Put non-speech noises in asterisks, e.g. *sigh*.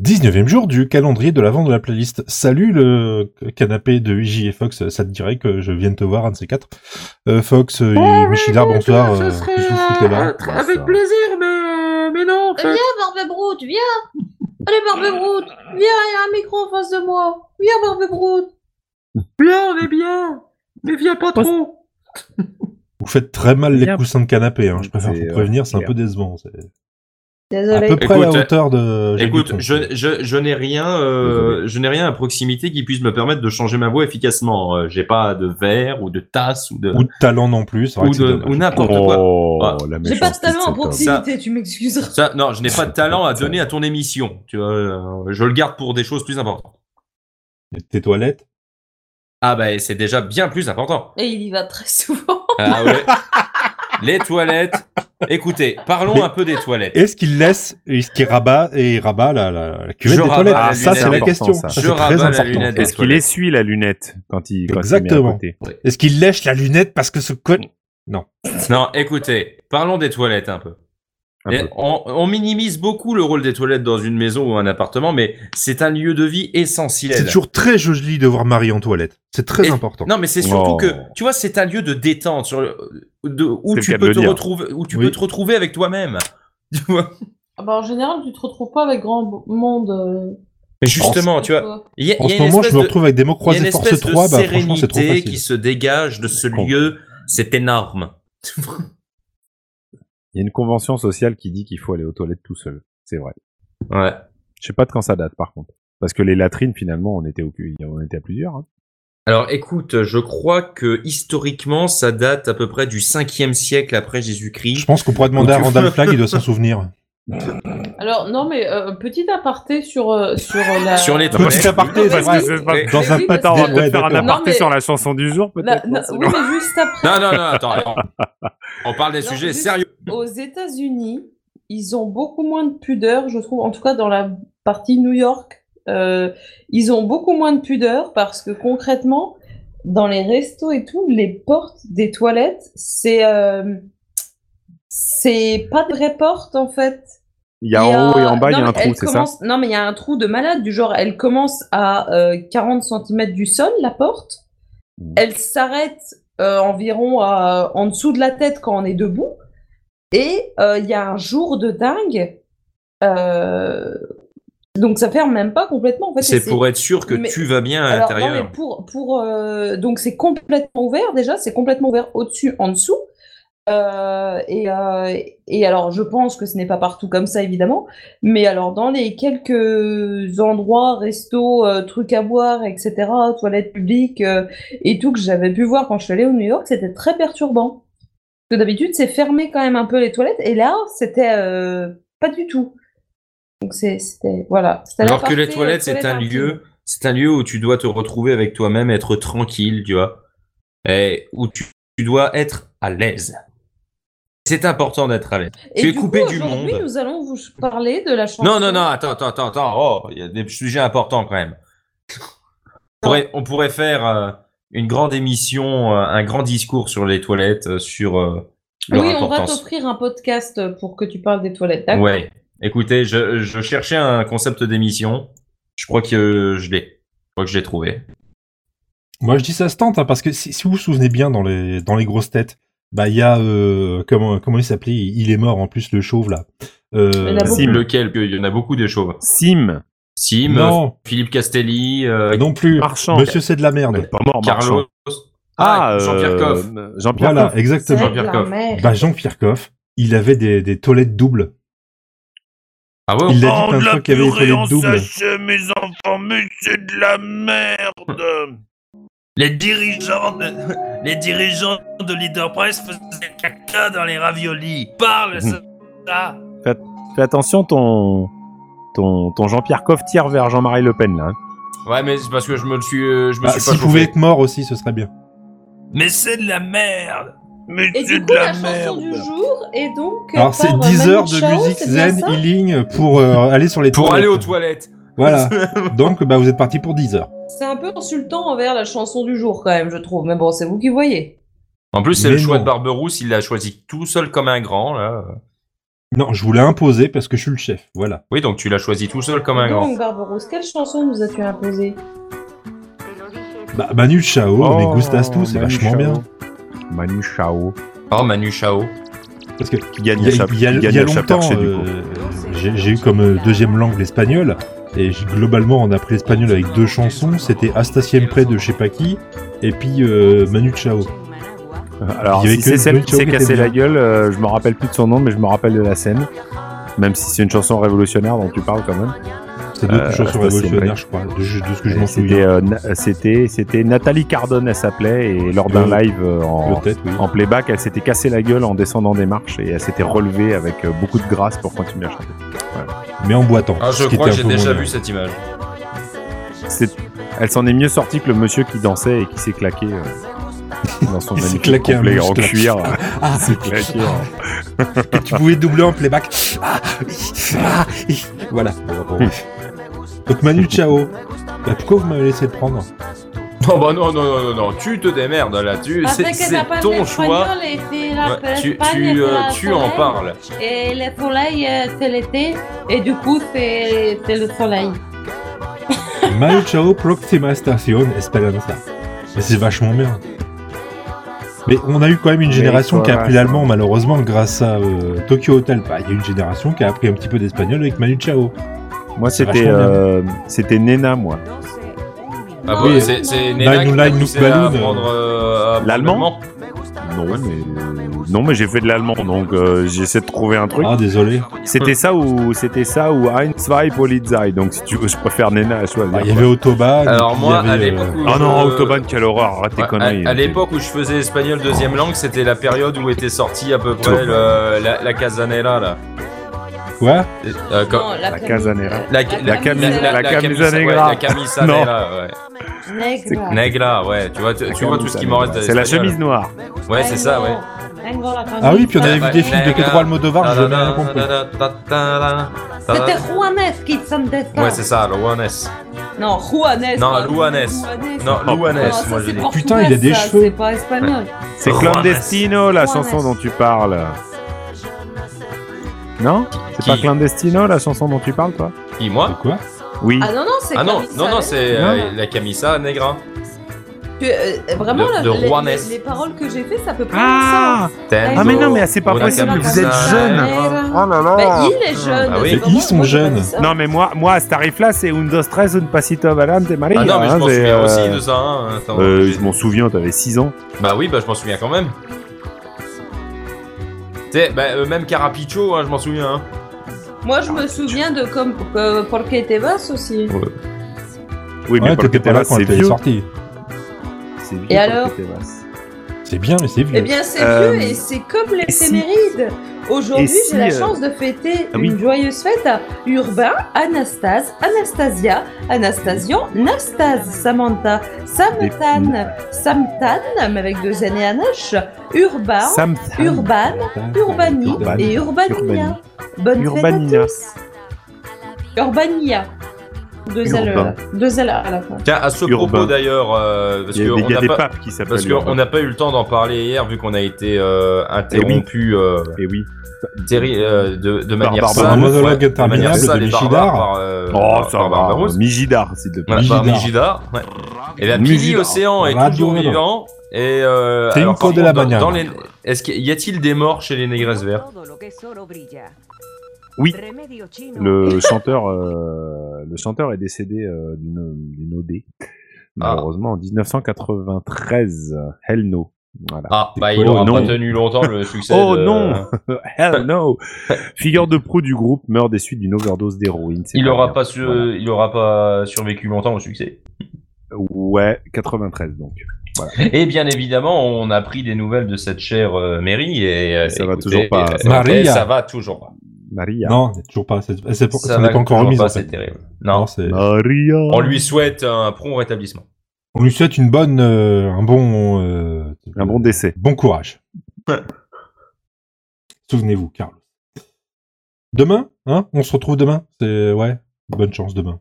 19e jour du calendrier de l'avant de la playlist. Salut le canapé de Iji et Fox, ça te dirait que je vienne te voir, un de ces quatre. Euh, Fox et Oh, mais Michidar, non, bonsoir. ça euh, serait, qu'est-ce que vous foutez là euh, Bah, avec ça. plaisir, mais, euh, mais non, en Eh, Viens, fait. Barbe Broute, viens Allez, Barbe Broute Viens, il y a un micro en face de moi Viens, Barbe Broute Bien, on est bien. Mais viens pas Pense- trop. Vous faites très mal les Bien. coussins de canapé, hein. je préfère C'est, vous euh, prévenir, c'est un clair. peu décevant. C'est à Désolé. peu près à la Écoute, hauteur de... J'ai Écoute, dit ton- je, je, je n'ai rien, euh, je n'ai rien à proximité qui puisse me permettre de changer ma voix efficacement. Euh, J'ai pas de verre ou de tasse ou de Ou de talent non plus, c'est vrai ou, que c'est de, dommage. ou n'importe quoi. Oh, Ah. la J'ai pas de méchanceté talent en cet homme. proximité, tu m'excuseras. Ça, non, je n'ai pas de talent à donner à ton émission. Tu vois, euh, je le garde pour des choses plus importantes. Tes toilettes Ah bah c'est déjà bien *laughs* plus important. Et il y va très souvent. Ah ouais. Les toilettes. Écoutez, parlons un peu des toilettes. Est-ce qu'il laisse, est-ce qu'il rabat et rabat la, la, la cuvette Je des rabats toilettes la Ah, ça lunette, c'est la c'est question. important, ça. Ça, Je c'est rabats très la important. lunette. Est-ce- Est-ce Est-ce qu'il essuie la lunette quand il quand il met à Exactement. côté Est-ce qu'il lèche la lunette parce que ce co- Non, écoutez, parlons des toilettes un peu. Un Et peu. on, on minimise beaucoup le rôle des toilettes dans une maison ou un appartement, mais c'est un lieu de vie essentiel. C'est toujours très joli de voir Marie en toilette. C'est très Et- important. Non, mais c'est surtout Oh. que tu vois, c'est un lieu de détente sur le- de- où C'est le tu cas de peux le te dire. retrouver, où tu Oui. peux te retrouver avec toi-même. *laughs* Tu vois *laughs* Ah bah, en général, tu te retrouves pas avec grand monde. euh, Mais justement, tu vois, il y a, En il y a ce une moment, espèce je me de- retrouve avec des mots il y a une croisés force espèce 3, de bah franchement c'est trop sérénité facile. qui se dégage de ce Je comprends. lieu. C'est énorme. *laughs* Il y a une convention sociale qui dit qu'il faut aller aux toilettes tout seul. C'est vrai. Ouais. Je sais pas de quand ça date par contre. Parce que les latrines finalement on était au on était à plusieurs. hein. Alors écoute, je crois que historiquement, ça date à peu près du 5e siècle après Jésus-Christ. Je pense qu'on pourrait demander Ou à tu- Randall Flagg, il doit s'en *laughs* souvenir. Alors, non, mais euh, petit aparté sur, euh, sur euh, *laughs* la. Sur les toilettes. Petit aparté, Oui, c'est oui, vrai. oui. c'est pas- Mais- Dans un Oui, parce Attends, on va que- ouais, peut faire un d'accord. aparté Non, mais- sur la chanson du jour La- peut-être. non, non, c'est oui, bon. mais juste après. Non, non, non, attends, attends. On parle des Non, sujets juste- sérieux. Aux États-Unis, ils ont beaucoup moins de pudeur, je trouve, en tout cas dans la partie New York, euh, ils ont beaucoup moins de pudeur parce que concrètement, dans les restos et tout, les portes des toilettes, c'est euh, c'est pas de vraies portes en fait. Il y a en haut et en bas il y a un non, mais trou elle c'est ça. commence- Non, mais il y a un trou de malade, du genre, elle commence à euh, 40 cm du sol, la porte. Mhm. Elle s'arrête euh, environ à- en dessous de la tête quand on est debout. Et euh, il y a un jour de dingue. euh, Donc ça ferme même pas complètement. En fait, et C'est pour être sûr que Mais- tu vas bien à alors, non, l'intérieur. mais pour, pour, euh, donc c'est complètement ouvert déjà, c'est complètement ouvert au-dessus, en dessous. Euh, et, euh, et alors, je pense que ce n'est pas partout comme ça, évidemment, mais alors dans les quelques endroits, restos, euh, trucs à boire, etc., toilettes publiques euh, et tout que j'avais pu voir quand je suis allée au New York, c'était très perturbant. Parce que d'habitude, c'est fermé quand même un peu les toilettes, et là, c'était euh, pas du tout. Donc c'est- c'était voilà. C'était euh, Alors que l'aparté, les toilettes, c'est un intimes. lieu, c'est un lieu où tu dois te retrouver avec toi-même, être tranquille, tu vois, et où tu, tu dois être à l'aise. C'est important d'être à l'aise. Tu es coupé du aujourd'hui, monde. nous allons vous parler de la chanson. Non, non, non, attends, attends, attends, attends. Oh, il y a des sujets importants quand même. On pourrait, on pourrait faire euh, une grande émission, euh, un grand discours sur les toilettes, euh, sur euh, leur Oui, on va importance. t'offrir un podcast pour que tu parles des toilettes. d'accord Ouais. Écoutez, je, je cherchais un concept d'émission. Je crois que euh, je l'ai. Je crois que je l'ai trouvé. Moi, je dis ça se tente, hein, parce que si, si vous vous souvenez bien dans les, dans les grosses têtes, bah, il y a, euh, comment, comment il s'appelait? Il est mort, en plus, le chauve, là. Euh, Il y en a beaucoup. Sim. Lequel Il y en a beaucoup des chauves. Sim, Sim, euh, Non, Philippe Castelli, euh, non plus. Marchand. Monsieur, c'est de la merde. Pas mort, Marchand. Carlos. Ah, Jean-Pierre euh, Coff. Jean-Pierre Voilà, Coff. C'est exactement. de Jean-Pierre la Coff. merde. Bah, Jean-Pierre Coff, il avait des, des toilettes doubles. Ah ouais, Il l'a dit plein de fois qu'il y avait des toilettes doubles. mes enfants, mais c'est de la merde Les dirigeants de, les dirigeants de Leader Press faisaient caca dans les raviolis. Parle ça. ça. Fais attention ton ton, ton Jean-Pierre Coff tire vers Jean-Marie Le Pen là. hein. ouais, mais c'est parce que je me le suis, euh, je me Ah, suis pas s'il chauffé. pouvait être mort aussi, ce serait bien. Mais c'est de la merde. Mais Et c'est du coup, de la, la, chanson merde. du jour est donc. euh, Alors, c'est 10 heures de musique zen, Il... e-ligne *laughs* pour euh, aller sur les Pour aller toilettes. aux toilettes. Voilà. Donc, bah, vous êtes parti pour 10 heures. C'est un peu insultant envers la chanson du jour, quand même, je trouve. Mais bon, c'est vous qui voyez. En plus, c'est le Mais choix non. de Barberousse. Il l'a choisi tout seul comme un grand. Là. Non, je vous l'ai imposé parce que je suis le chef. Voilà. Oui, donc tu l'as choisi tout seul comme un grand. Donc, Barbarousse, quelle chanson nous as-tu imposée Bah, Manu Chao, mais Gustas tout, c'est Oh, Manu vachement Chao. bien. Manu Chao. Oh, Manu Chao. Parce que Qui gagne il y a, le chap- il y a- qui il y a gagne le longtemps, Chaperché, du coup. euh, j'ai j'ai eu comme euh, deuxième langue l'espagnol. Et j- globalement, on a appris l'espagnol avec deux chansons. C'était Hasta Siempre de je sais pas qui, et puis euh, Manu Chao. Alors, euh, Il y si avait que c'est celle qui Manu Chao s'est qui cassé était la bien. gueule, euh, je me rappelle plus de son nom, mais je me rappelle de la scène. Même si c'est une chanson révolutionnaire dont tu parles quand même. C'est deux Euh, chansons Hasta révolutionnaires, je crois, de, de ce que je m'en C'était souviens. euh, Na- c'était c'était Nathalie Cardone, elle s'appelait, et lors d'un Euh, live euh, en, Peut-être, oui. en playback, elle s'était cassé la gueule en descendant des marches et elle s'était relevée avec euh, beaucoup de grâce pour continuer à chanter. Mais en boitant. Ah, je ce qui crois que était un j'ai peu déjà moins vu cette image. C'est- Elle s'en est mieux sortie que le monsieur qui dansait et qui s'est claqué euh, dans son *laughs* Il s'est magnifique claqué un complet en muscle. cuir. bien. Ah, C'est claqué. hein. *laughs* que tu pouvais doubler en playback. Ah, ah, voilà. Bon, bon, bon. Donc Manu Chao. Bah, pourquoi vous m'avez laissé le prendre Non, bah non, non, non, non, non, tu te démerdes là-dessus. Parce C'est que t'as pas c'est de ton l'espagnol choix. et puis la Ouais, tu, Espagne, tu, c'est euh, la tu en soleil. parles. Et le soleil, euh, c'est l'été. Et du coup, c'est c'est le soleil. Manu Chao Proxima Estación Esperanza. Mais c'est vachement bien. Mais on a eu quand même une génération Mais qui a voilà, appris l'allemand, malheureusement, grâce à euh, Tokyo Hotel. Bah, Il y a une génération qui a appris un petit peu d'espagnol avec Manu Chao. Moi, C'est c'était vachement bien. euh, c'était Nena, moi. Ah Non, bon, oui, c'est c'est Bah, Nine Nena qui Nine t'a Nine poussé Nine à Balloon. apprendre, euh, à apprendre L'allemand l'allemand Non, mais, euh, non, mais j'ai fait de l'allemand, donc euh, j'essaie de trouver un truc. Ah, désolé. C'était ça ou c'était ça ou ein, zwei, Polizei. Donc si tu veux, je préfère Nena à choisir. Bah, Ah, Il y avait Autobahn. Alors et puis moi, il y à avait, l'époque euh, où Oh non, je- Autobahn, quelle horreur, arrête tes Ouais, conneries. hein, à, à l'époque où je faisais espagnol deuxième langue, c'était la période où était sortie à peu près le- la, la Casanera là. Quoi Euh, co- la, La cami- Casanera. la, la camisa- camisole la camisa camisa- ouais, negra. la camisanera, ouais. nègre. Negra, ouais. Tu vois, tu, tu vois tout ce qui m'en reste. C'est la d'espagnol. chemise noire. Ouais, c'est ça, ouais. Ah oui, puis on avait vu Ouais, des films de ouais, Pedro ouais. Almodovar, je n'ai rien compris. C'était Juanes qui chantait ça. Ouais, c'est ça, le Juanes. Non, Juanes. Non, pardon, Juanes. Non, Oh, Luanes, Non, ça, moi c'est je dis. portugais, Putain, il a des ça, cheveux. C'est pas espagnol. C'est Juanes. Clandestino, la Juanes. chanson dont tu parles. Non C'est Qui pas Clandestino, la chanson dont tu parles, toi Qui, moi C'est quoi Oui. Ah non, non, c'est Ah non, Camisa, non, non, ouais. c'est euh, la camisa negra. Tu- euh, vraiment, De- la- de les, Juanes. les- les paroles que j'ai fait, ça peut pas Ah, être ça. ah mais non, mais c'est pas Una possible, camisa vous êtes jeune. negra. Oh là là Ah, Bah, il est jeune. Ah oui. c'est Ils vraiment- sont moi, j'ai pas jeunes. dit ça. Non mais moi, moi à ce tarif-là, c'est un dos tres, un pasito valente, Maria. Ah non, mais je hein, m'en c'est, souviens euh, aussi de ça. hein, attends. euh, je m'en souviens, t'avais 6 ans. Bah oui, bah je m'en souviens quand même. T'sais, bah, euh, même Carapicho, hein, je m'en souviens. hein. Moi, je me souviens de comme euh, Porque te vas aussi. Oui, mais Ouais, Paul t'étais pas Ketevas, là quand c'est elle est vieux. sortie. C'est vieux, Et Paul alors Ketevas. C'est bien, mais c'est vieux. Eh bien, c'est Euh, vieux et c'est comme les si- éphémérides. Aujourd'hui, et si, j'ai la euh, chance de fêter ah oui. une joyeuse fête à Urbain, Anastase, Anastasia, Anastasian, Nastase, Samantha, Samtan, Samtan, mais avec deux années à H, Urbain, Sam Urban, Urbani Urban, et Urbania. Bonne fête Urbania. à tous. Urbania. Deux L, Urbain. deux L à la fin. Tiens, à ce Urbain. propos d'ailleurs, euh, parce Il y a, des- qu'on il y a n'a des pas, papes qui s'appellent. parce qu'on n'a pas eu le temps d'en parler hier, vu qu'on a été euh, Eh interrompu euh, Et Eh oui. terri- euh, de, de manière Barbara. sale, Un monologue de manière interminable de sale et Michidar. barbare par, euh, Oh, par- ça par va. Barbarousse. Mijidar, s'il te plaît. Voilà, par Mijidar. Mijidar, ouais. Et la Pili Mijidar. Océan est Radio toujours Nano. vivant. Et euh, Cinco alors, par de la contre, dans- mañana. dans les- Est-ce qu'il y a-t-il des morts chez les négresses vertes Oui. Le chanteur, euh, le chanteur est décédé euh, d'une d'une OD. Ah. Malheureusement, en 1993, Hell No. Voilà. Ah, bah il Oh, n'aura non. pas tenu longtemps le succès. Oh de- non Hell No Figure de proue du groupe meurt des suites d'une overdose d'héroïne. C'est Il aura bien. pas, su- Voilà. il aura pas survécu longtemps au succès. Ouais, 93 donc. Et bien évidemment, on a pris des nouvelles de cette chère euh, Mary et euh, Ça va écoutez, toujours pas. euh, Maria. et ça va toujours pas. Maria. Non, c'est toujours pas. C'est, c'est pour- Ça ça va n'est pas encore toujours remis. pas, en c'est fait. terrible. Non. Non, c'est. Maria. On lui souhaite un prompt rétablissement. On lui souhaite une bonne, euh, un bon, euh, Un bon décès. bon courage. Souvenez-vous, Carlos. Demain, hein On se retrouve demain. C'est ouais. Bonne chance demain.